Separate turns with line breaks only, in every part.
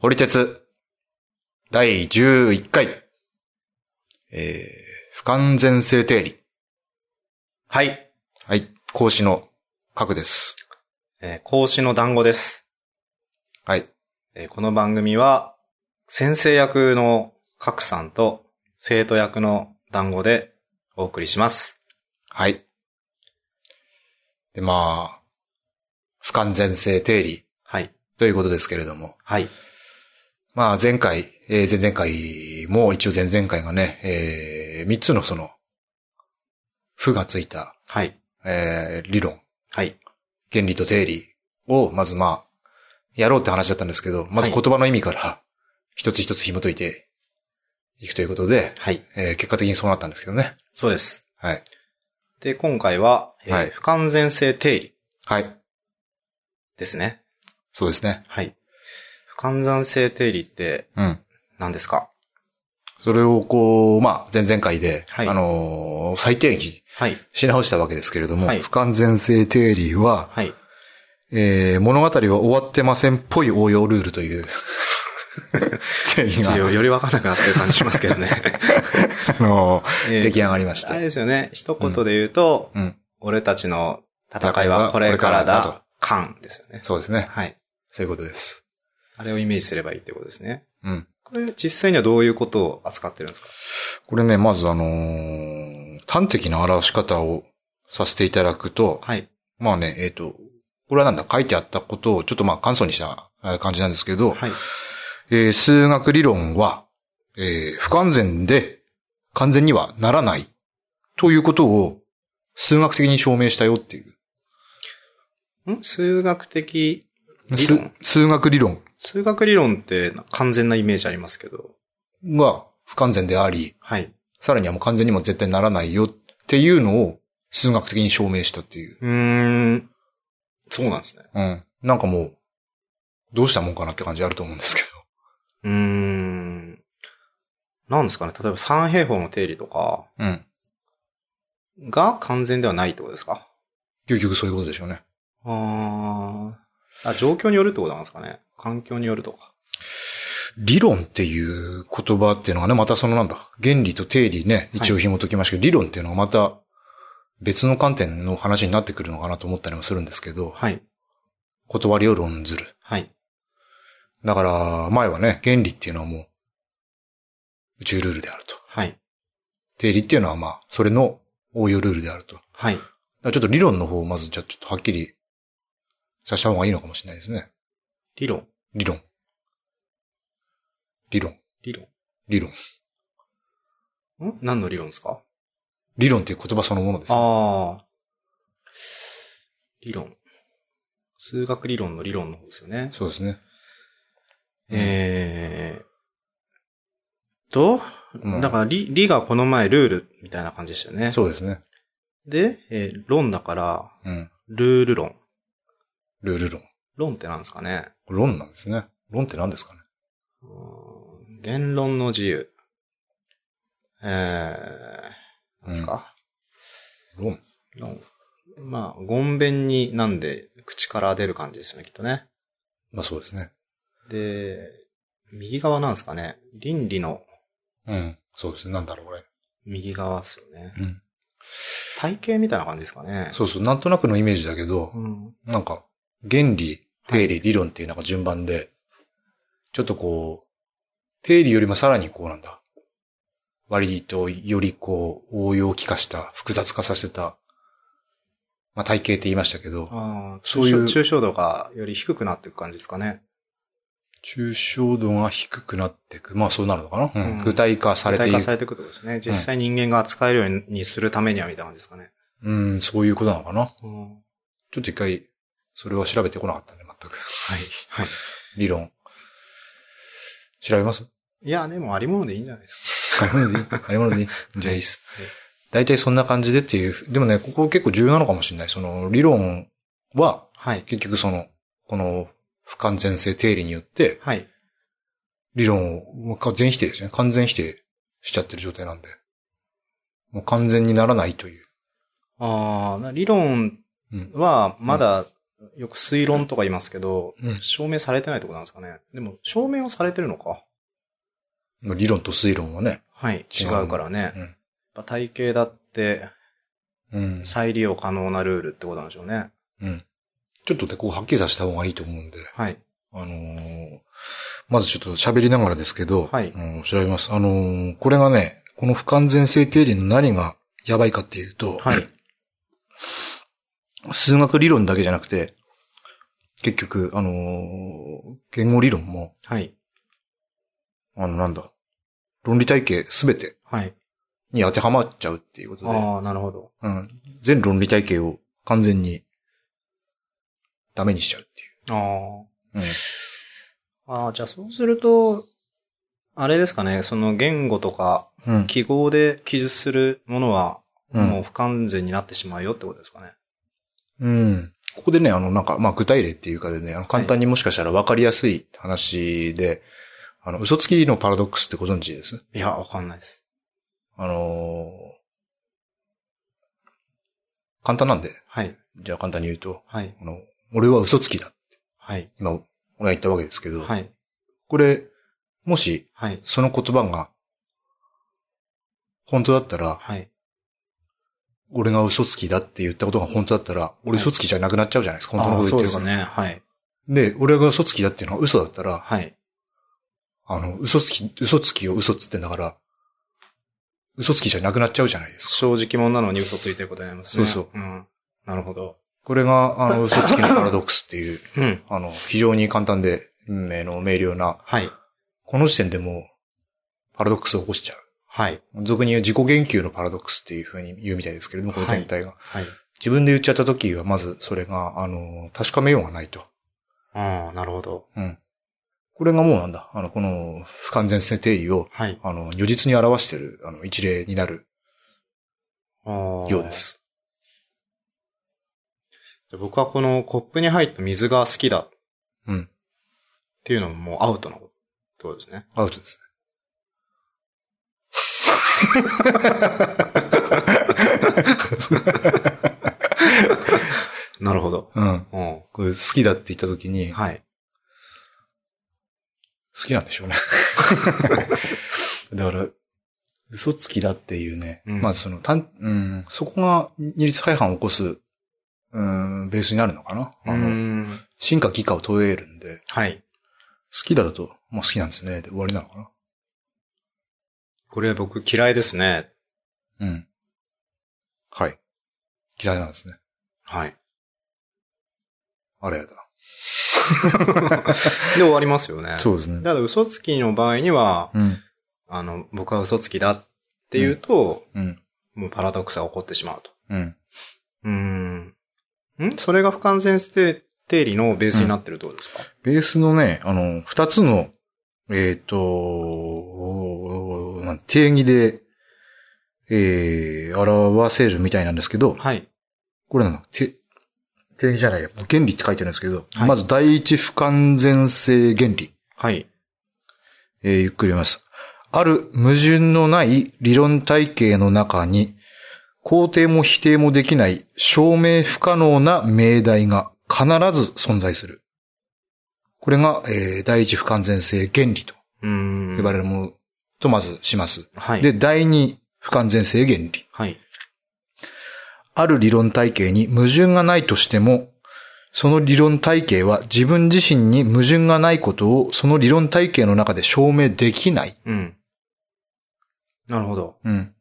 堀鉄、第11回、えー、不完全性定理。
はい。
はい、講師の角です。
えー講師の団子です。
はい。
えーこの番組は、先生役の角さんと生徒役の団子でお送りします。
はい。で、まあ、不完全性定理
はい。
ということですけれども、
はい。
まあ前回、えー前々回も一応前々回がね、え3つのその、負がついた、
はい。
えー理論、
はい。
原理と定理を、まずまあ、やろうって話だったんですけど、まず言葉の意味から、一つ一つ紐解いていくということで、
はい。
えー結果的にそうなったんですけどね。
そうです。
はい。
で、今回は、えー
はい
不完全性定理
はい。
ですね。
そうですね。
はい。不完全性定理って
うん。
何ですか
それをこう、まあ、前々回で、
はい
あのー再定義
はい。
し直したわけですけれども、
はい
不完全性定理は、
はい。
えー物語は終わってませんっぽい応用ルールと いう定理
ちょっ
が
と、よよりわかんなくなってる感じします けどね。
あのー
えー
出来上がりまし
あれ
て。
ですよね。一言で言うと、
うん。
俺たちの戦いはこれ
これか
から
らだ
だ、感ですよね。
そうですね。
はい。
そういうことです。
あれをイメージすればいいってことですね。
うん。
これ実際にはどういうことを扱ってるんですか
これね、まずあのー端的な表し方をさせていただくと、
はい。
まあね、えっ、と、これはなんだ、書いてあったことをちょっとまあ簡素にしたあ感じなんですけど、
はい。
えー数学理論は、えー不完全で完全にはならないということを数学的に証明したよっていう。
ん数学的、理論
す数学理論
数学理論って完全なイメージありますけど。
が不完全であり、
はい。
さらにはもう完全にも絶対ならないよっていうのを数学的に証明したっていう。
うーん。そうなんですね。
うん。なんかもう、どうしたもんかなって感じあると思うんですけ
うーん。なんですかね例えば三平方の定理とか
ど。うん。
が完全ではないってことですか
究極そういうことでしょうね。
あーあ。状況によるってことなんですかね環境によるとか。
理論っていう言葉っていうのがね、またそのなんだ、原理と定理ね、
はい
一応紐解きましたけど、理論っていうのはまた別の観点の話になってくるのかなと思ったりもするんですけど、
はい。
断りを論ずる。
はい。
だから、前はね、原理っていうのはもう、宇宙ルールであると。
はい。
定理っていうのはまあ、それの応用ルールであると。だか
はい。
らちょっと理論の方をまずじゃあちょっとはっきりさせた方がいいのかもしれないですね。
理論。
理論。理論。
理論。
理論。
ん何の理論ですか
理論っていう言葉そのものです。
ああ。理論。数学理論の理論の方ですよね。
そうですね。
えー、と、
うん
だから理、理がこの前ルールみたいな感じでしたよね。
そうですね。
で、えー論だから、
うん。
ルール論。
ルール論。
論ってなんですかね。
論なんですね。論って何ですかね。
うーん言論の自由。えー、なんですか、
論。
論。まあ、ごんべんになんで口から出る感じですよね、きっとね。
まあそうですね。
で、右側なんですかね。倫理の
うん。そうですね。なんだろう、これ。
右側っすよね。
うん。
体系みたいな感じですかね。
そうそう。なんとなくのイメージだけど
う。、ん。
なんか、原理、定理、理論っていうなんか順番で、ちょっとこう、定理よりもさらにこうなんだ。割とよりこう、応用を利かした、複雑化させた、まあ体系って言いましたけど、
ああ、
そういう
抽象度がより低くなっていく感じですかね。
抽象度が低くなっていく。まあそうなるのかな、うん
うん
具体化され
具
て
体
い
化
く
されていくってことですね。実際人間が扱えるようにするためにはみたいな感じですかね。
うん、そういうことなのかな。
うんはい。
ちょっと一回、それは調べてこなかったね、全く。
はい。
理論。調べます
いや、でもありものでいいんじゃないで す
あり物でいいあり物でいいじゃあいいっす
はい。
大体そんな感じでっていう。でもね、ここ結構重要なのかもしれない。その、理論は、
か。はい。
結局その、この、不完全性定理によって、
はい。
理論を、もう完全否定ですね。完全否定しちゃってる状態なんで。もう完全にならないという。
ああ、な理論
うん。
はまだよく推論とか言いますけど、
うん
証明されてないってことなんですかね。でも、証明はされてるのか。
まあ理論と推論はね。
はい。違うからね。
うん
やっぱ体系だって、
うん。
再利用可能なルールってことなんでしょうね。
うん。ちょっとで、こう、はっきりさせた方がいいと思うんで。
はい。
あのーまずちょっと喋りながらですけど、
はい
うん調べます。あのーこれがね、この不完全性定理の何がやばいかっていうと、
はい。
数学理論だけじゃなくて、結局、あのー言語理論も、
はい。
あの、なんだ、論理体系すべて
はい。
に当てはまっちゃうっていうことで、
ああ、なるほど。
うん、全論理体系を完全にダメにしちゃうっていう。
あ
うん
あ。ああ、じゃあそうすると、あれですかね、その言語とか
うん。
記号で記述するものは、
うん
もう不完全になってしまうよってことですかね。
うん。ここでね、あの、なんか、まあ、具体例っていうかでね、あの簡単にもしかしたら分かりやすい話で、あの、嘘つきのパラドックスってご存知です
いや、わかんないです。
あのー簡単なんで、
はい。
じゃあ簡単に言うと、
はい。
あの、俺は嘘つきだ。
はい。
今、俺は言ったわけですけど、
はい。
これ、もし、
はい。
その言葉が、本当だったら、
はい。
俺が嘘つきだって言ったことが本当だったら、俺
はい
嘘つきじゃなくなっちゃうじゃないですか。本当の
ああ、
こと
そ
言っ
うで
てる
す
から。
ね。はい。
で、俺が嘘つきだっていうのは嘘だったら、
はい。
あの、嘘つき、嘘つきを嘘つってんだから、嘘つきじゃなくなっちゃうじゃないですか。
正直者なのに嘘ついてることになりますね。
そう
う。うん。なるほど。
これが、あの、嘘つきのパラドックスっていう、
うん。
あの、非常に簡単で、うん、あの、明瞭な、
はい。
この時点でもう、パラドックスを起こしちゃ
はい。
う。俗に言う自己言及のパラドックスっていうふうに言うみたいですけれども、これ全体が。
はい。
自分で言っちゃった時は、まずそれが、あの、確かめようがないと。
ああ、なるほど。
うん。これがもうなんだ、あの、この不完全性定理を、
はい。
あの、如実に表している、あの、一例になる
ああ。
ようで。す。
僕はこのコップに入った水が好きだっ
うん。
ていうのももうアウトなことってことですね。
アウトです
なるほど。
ね。うん。
うん。
これ好きだって言った時に、好
はい。
きなんで しょうね。だから、嘘つきだっていうね、
うん
まあその、たん、うん、そこが二律背反を起こす、うん、ベースになるのかな。
う
あの、
ーん。
進化、技化を問えるんで、
はい。
好きだだと、もう好きなんですね、で終わりなのか
これ僕嫌いですね。
な。うん。はい。嫌いなんですね。
はい。
あれやだ。
で終わりますよね。う。
そうですね。
だから嘘つきの場合には、
うん。
あの、僕は嘘つきだっていうと、
うん。
もうパラドックスは起こってしまうと。
うん。
うーん。んそれが不完全性定理のベースになってるってことですか、
ベースのね、あの、二つの、えっ、と、なん定義で、えー、表せるみたいなんですけど、
はい。
これなの、て定義じゃないや、原理って書いてあるんですけど、
はい
まず第一不完全性原理、
はい。
えーゆっくり言います。ある矛盾のない理論体系の中に、肯定も否定もできない証明不可能な命題が必ず存在する。これが、えー第一不完全性原理と
うーん。
呼ばれるものとまずします。
はい。
で、第二不完全性原理。
はい。
ある理論体系に矛盾がないとしても、その理論体系は自分自身に矛盾がないことをその理論体系の中で証明できない。
うん。なるほど。
うん。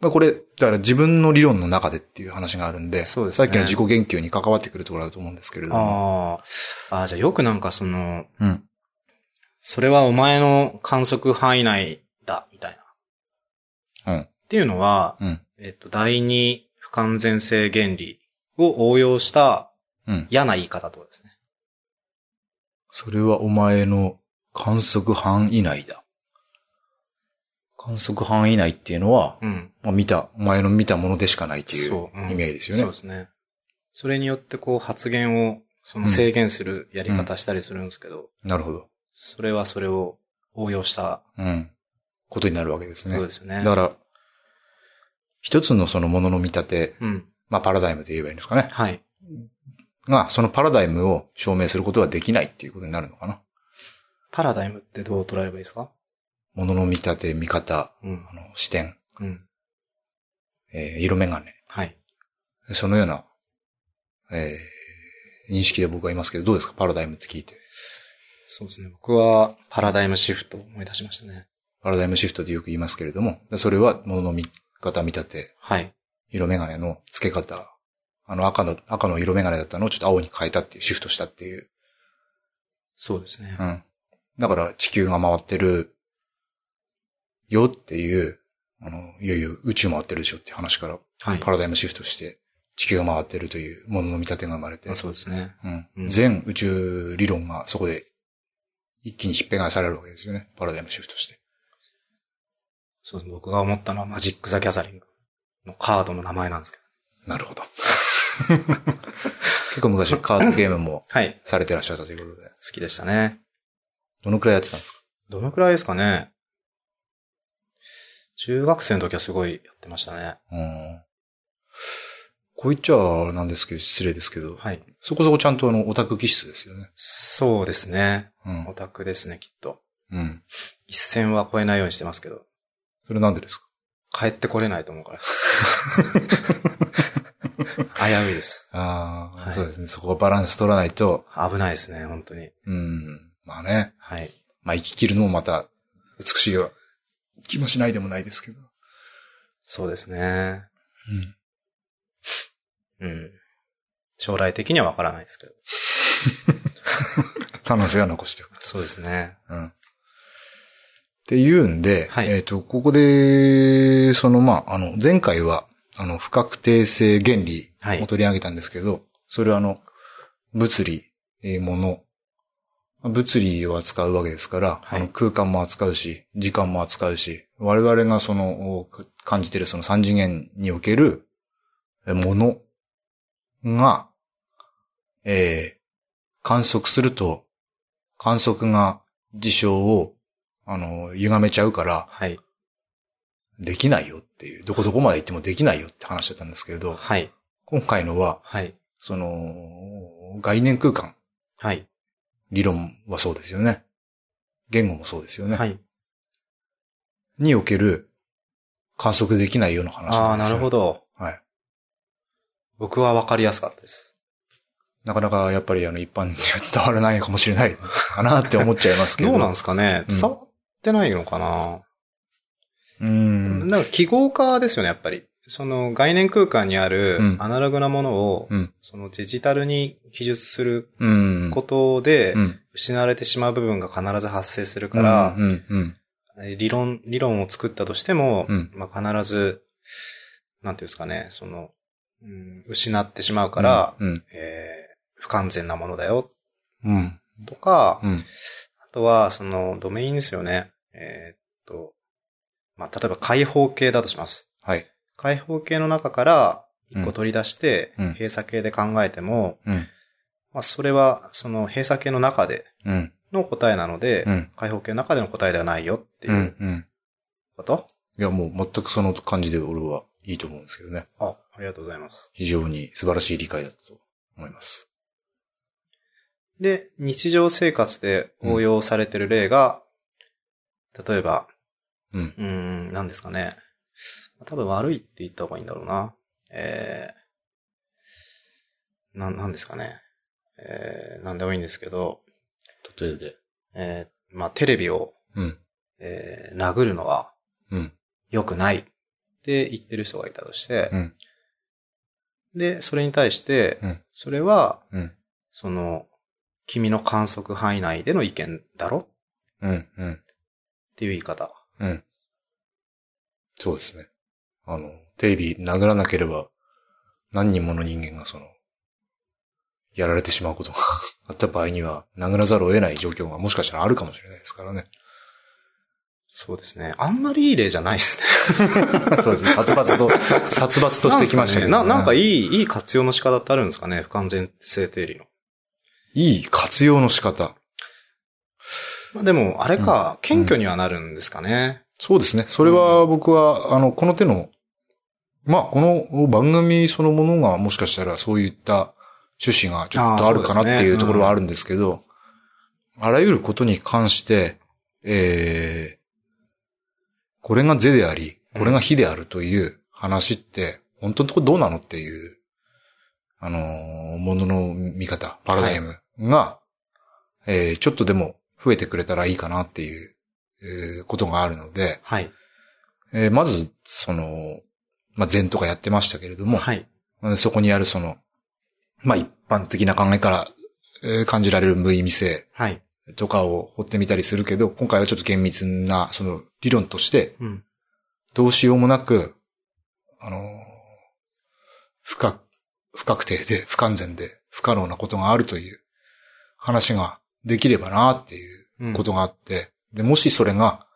まあこれ、だから自分の理論の中でっていう話があるんで、
そうです
さ
ね
っきの自己言及に関わってくるところだと思うんですけれども。
ああ。ああ、じゃあよくなんかその、
うん。
それはお前の観測範囲内だ、みたいな。
うん
っていうのは、
うん。
えっと、第二不完全性原理を応用した
うん。
嫌な言い方ってことですね。
それはお前の観測範囲内だ。観測範囲内っていうのは、
うん。
まあ、見た、お前の見たものでしかないっていう
そううん
意味合いですよね。
そうですね。それによってこう発言をその制限するやり方したりするんですけど、
なるほど。
それはそれを応用した、
うん。ことになるわけですね。
そうですよね。
だから、一つのそのものの見立て、
うん。
まあパラダイムで言えばいいんですかね。
はい。
が、そのパラダイムを証明することはできないっていうことになるのかな。
パラダイムってどう捉えればいいですか
ものの見立て、見方、
うん
あ。の視点、
うん。
えー色眼鏡。
はい。
そのような、えー認識で僕はいますけど、どうですかパラダイムって聞いて。
そうですね。僕はパラダイムシフトを思い出しましたね。
パラダイムシフトでよく言いますけれども、それは物の見方、見立て、
はい。
色眼鏡の付け方、あの赤の、赤の色眼鏡だったのをちょっと青に変えたっていう、シフトしたっていう。
そうですね
う。ん。だから地球が回ってるよっていう、あの、いよいよ宇宙回ってるでしょって話から
はい。
パラダイムシフトして地球が回ってるというものの見立てが生まれて、
そうですね。
うん
うん
全宇宙理論がそこで一気にひっぺがされるわけですよね。パラダイムシフトして。
そうですね。僕が思ったのはマジック・ザ・ギャザリングのカードの名前なんですけど。
なるほど。 結構昔カードゲームも
はい。
されてらっしゃったということで。
好きでしたね。
どのくらいやってたんですか
どのくらいですかね中学生の時はすごいやってましたね。
うん。こう言っちゃあれなんですけど、失礼ですけど、
はい。
そこそこちゃんとあの、オタク気質ですよね。
そうですね。
うん
オ。タクですね、きっと。
うん。
一線は超えないようにしてますけど。
それなんでですか
帰ってこれないと思うからです。危ういです。
ああ、
はい
そうですね。そこはバランス取らないと、
危ないですね、本当に。
うん。まあね。
はい。
まあ生き切るのもまた美しいような気もしないでもないですけど。
そうですね。
うん。
うん。将来的にはわからないですけど。
可能性は残しておく。
そうですね。
うん。っていうんで、
はい
えっ、と、ここで、そのまあ、あの、前回は、あの、不確定性原理
はい
を取り上げたんですけど、それはあの、物理、えーもの、物理を扱うわけですから、
はい
あの空間も扱うし、時間も扱うし、我々がその、おか感じてるその三次元におけるえーものが、えー観測すると、観測が事象を、あの、歪めちゃうから、
はい。
できないよっていう、どこどこまで行ってもできないよって話だったんですけれど、
はい。
今回のは、
はい。
その、概念空間、
はい。
理論はそうですよね。言語もそうですよね。
はい。
における観測できないような話
あ
なん
あ、
で
な
すよ
るほ。ど。
はい。
僕はわかりやすかったです。
なかなかやっぱりあの一般には伝わらないかもしれないかなって思っちゃいますけど。
どうなんですかね
うん
伝わってないのかな、
うん。
なんか記号化ですよね、やっぱり。その概念空間にある
うん
アナログなものを、
うん
そのデジタルに記述する
うん。
ことで
う、ん。
失われてしまう部分が必ず発生するから
う、ん。うん。
えー理論、理論を作ったとしても、
うん
まあ必ず、なんていうんですかね、その、うん、失ってしまうから、
うん。
えー不完全なものだよ、
うん。
とか、
うん。
あとは、その、ドメインですよね。えーっと、まあ、例えば開放形だとします。
はい。
開放形の中から一個取り出して、
うんうん
閉鎖形で考えても、
うん。
まあ、それは、その、閉鎖形の中で
うん。
の答えなので、
うん。
開放形の中での答えではないよって
う。
いう
う
ん
ん。
こと、
いや、もう全くその感じで俺はいいと思うんですけどね。
あ、ありがとうございます。
非常に素晴らしい理解だったと思います。
で、日常生活で応用されてる例が、例えば、
うん。
うーん、何ですかね。多分悪いって言った方がいいんだろうな。えー、な、なんですかね。えー、なんでもいいんですけど、
例えで。
えー、まあ、テレビを、
うん。
えー、殴るのは
うん。
良くないって言ってる人がいたとして、
うん
で、それに対して、
うん
それは、
うん。
その、君の観測範囲内での意見だろ
うん。うん。
っていう言い方。
うん。そうですね。あの、テレビ殴らなければ、何人もの人間がその、やられてしまうことが あった場合には、殴らざるを得ない状況がもしかしたらあるかもしれないですから ね。
そうですね。あんまりいい例じゃないですね。
そうですね。殺伐と、殺伐としてきましたけど、
なんすかねななんかい
い、
い、いい活用の仕方ってあるんですかね不完全性定理の。
いい活用の仕方。
まあでも、あれか、謙虚にはなるんですかね。
そうですね。それは僕は、あの、この手の、まあ、この番組そのものがもしかしたらそういった趣旨がちょっとあるかなっていうところはあるんですけど、あらゆることに関して、えー、これが是であり、これが非であるという話って、本当のところどうなのっていう、あのーものの見方、パラダイムが、えーちょっとでも増えてくれたらいいかなっていう、えーことがあるので、
はい。
えーまず、その、まあ、禅とかやってましたけれども、
はい。
うんそこにあるその、まあ、一般的な考えから、えー感じられる無意味性
はい。
とかを掘ってみたりするけど、今回はちょっと厳密な、その理論として、
うん。
どうしようもなく、あのー、不可、不確定で、不完全で、不可能なことがあるという話ができればなっていう
うん
ことがあって、で、もしそれが、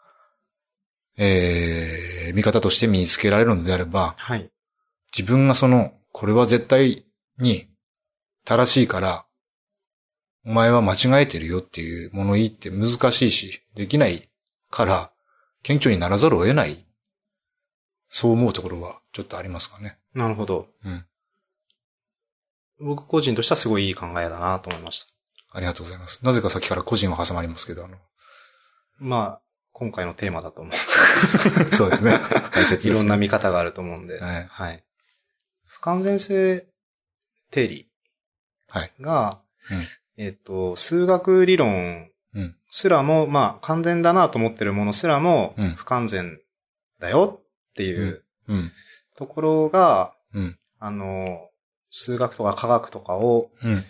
えー、見方として身につけられるのであれば、
はい。
自分がその、これは絶対に正しいから、お前は間違えてるよっていう物言いって難しいし、できないから、謙虚にならざるを得ない。そう思うところはちょっとありますかね。
なるほど。
うん。
僕個人としてはすごいいい考えだなと思いました。
ありがとうございます。なぜかさっきから個人は挟まりますけど、あの、
まあ、今回のテーマだと思う。
そうです ね。大切です、
い
ね。
ろんな見方があると思うんで。
はい。
はい。不完全性定理
はい
が、
うん
えっと、数学理論
うん。
すらも、まあ、完全だなと思ってるものすらも
うん、
不完全だよっていう
うん。
ところが、
うん。
あの、数学とか科学とかを
うん。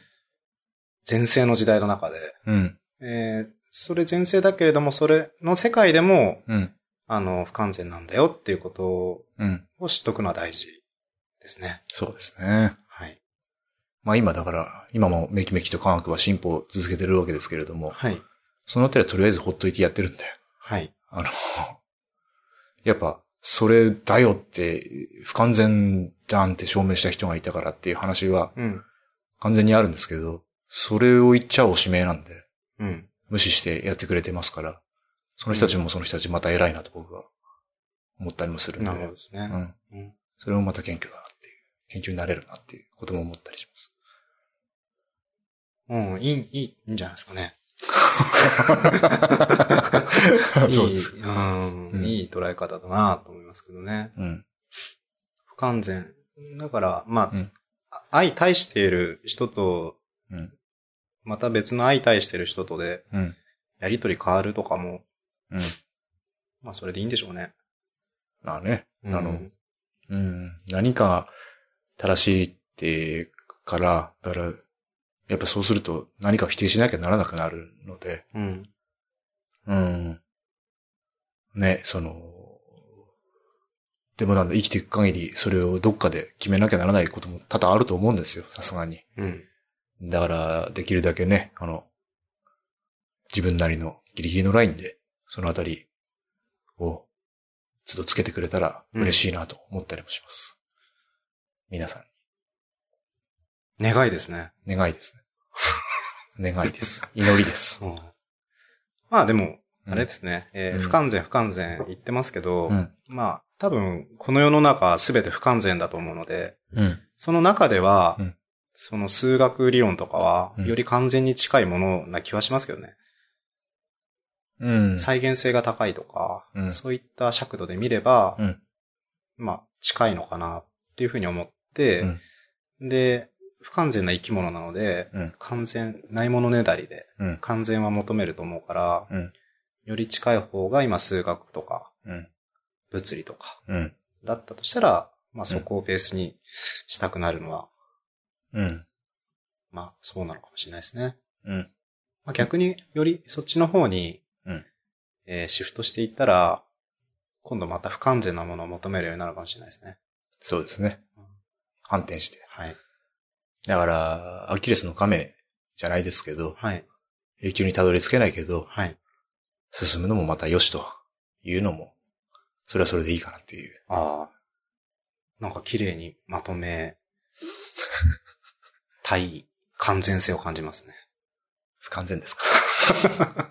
全盛の時代の中で、
うん。
えーそれ全盛だけれども、それの世界でも、
うん。
あの、不完全なんだよっていうこと
うん。
を知っとくのは大事ですね。
そうですね。
はい。
まあ今だから、今もめきめきと科学は進歩を続けてるわけですけれども、
はい。
そのあたりはとりあえずほっといてやってるんだよ。
はい。
あの、 やっぱ、それだよって、不完全だんって証明した人がいたからっていう話は
うん。
完全にあるんですけど、それを言っちゃおしめいなんで、
うん。
無視してやってくれてますから、その人たちもその人たちまた偉いなと僕は思ったりもするんで、
なるほどですね。
うん。
うん
それもまた謙虚だなっていう、謙虚になれるなっていうことも思ったりします。
うん、いい、いい、いいんじゃないですかね。
そうです
いい、うん
うん
いい捉え方だなと思いますけどね。
うん。
不完全。だから、まあ、
うん
あ愛対している人と、
うん
また別の愛対している人とで、
うん。
やりとり変わるとかも、
うん。
まあ、それでいいんでしょうね。
まあね、
うん
あの、うん。何かが正しいってから、だから、やっぱそうすると何かを否定しなきゃならなくなるので、
うん。
うん。ね、その、でもなんだ、生きていく限り、それをどっかで決めなきゃならないことも多々あると思うんですよ、さすがに。
うん。
だから、できるだけね、あの、自分なりのギリギリのラインで、そのあたりを、ずっとつけてくれたら嬉しいなと思ったりもします。皆さん。
願いですね。
願いですね。願いです。祈りです。
うんまあ、でも、
うん
あれですね。えー
うん
不完全、不完全言ってますけど、
うん。
まあ、多分、この世の中は全て不完全だと思うので、
うん。
その中では、
うん
その数学理論とかは、
うん
より完全に近いものな気はしますけどね。
うん。
再現性が高いとか、
うん
そういった尺度で見れば、
うん
まあ、近いのかなっていうふうに思って、で、不完全な生き物なので、
うん
完全、ないものねだりで、
うん
完全は求めると思うから、
うん
より近い方が今数学とか、
うん。
物理とか、
うん。
だったとしたら、まあそこをベースにしたくなるのは、
うん。
まあそうなのかもしれないですね。
うん。
まあ逆によりそっちの方に、
うん
えーシフトしていったら、今度また不完全なものを求めるようになるかもしれないですね。
そうですね。反転して。
はい。
だから、アキレスの亀じゃないですけど、
はい。
永久にたどり着けないけど、
はい。
進むのもまた良しというのも、それはそれでいいかなっていう。
ああ。なんか綺麗にま とめ、対完全性を感じま すね。
不完全 ですか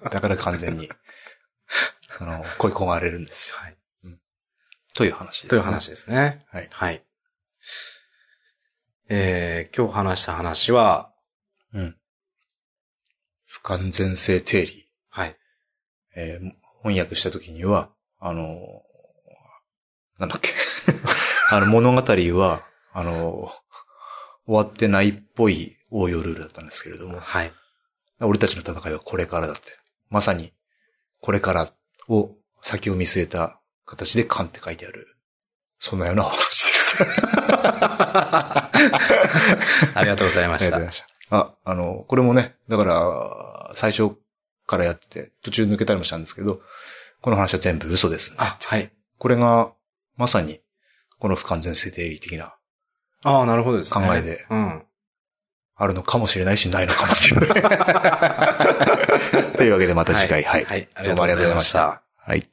ら。だから完全に、あの、恋焦がれるんですよ。
はい。
という話です、
という話。ですね。
はい。
はい。いえー、今日話した話は、
うん。不完全性定理。
はい。
えー翻訳した時には、あの、なん だっけ。あの、物語は、あの、終わってないっぽい応用ルールだったんですけれども、
はい。
俺たちの戦いはこれからだって。まさに、これからを先を見据えた形で勘って書いてある。そんなような話でした。
ありがとうございま
あり
し
がとう
た
ござい。ました。あ、あの、これもね、だから、最初からやってて、途中抜けたりもしたんですけど、この話は全部嘘ですね。
あ、はい。
これが、まさに、この不完全性定理的な、
ああ、なるほどですね。
考えで
うん。
あるのかもしれないし、ないのかもしれない。というわけで、また次回、はい。
はい。
どうもありがとうございました。はい。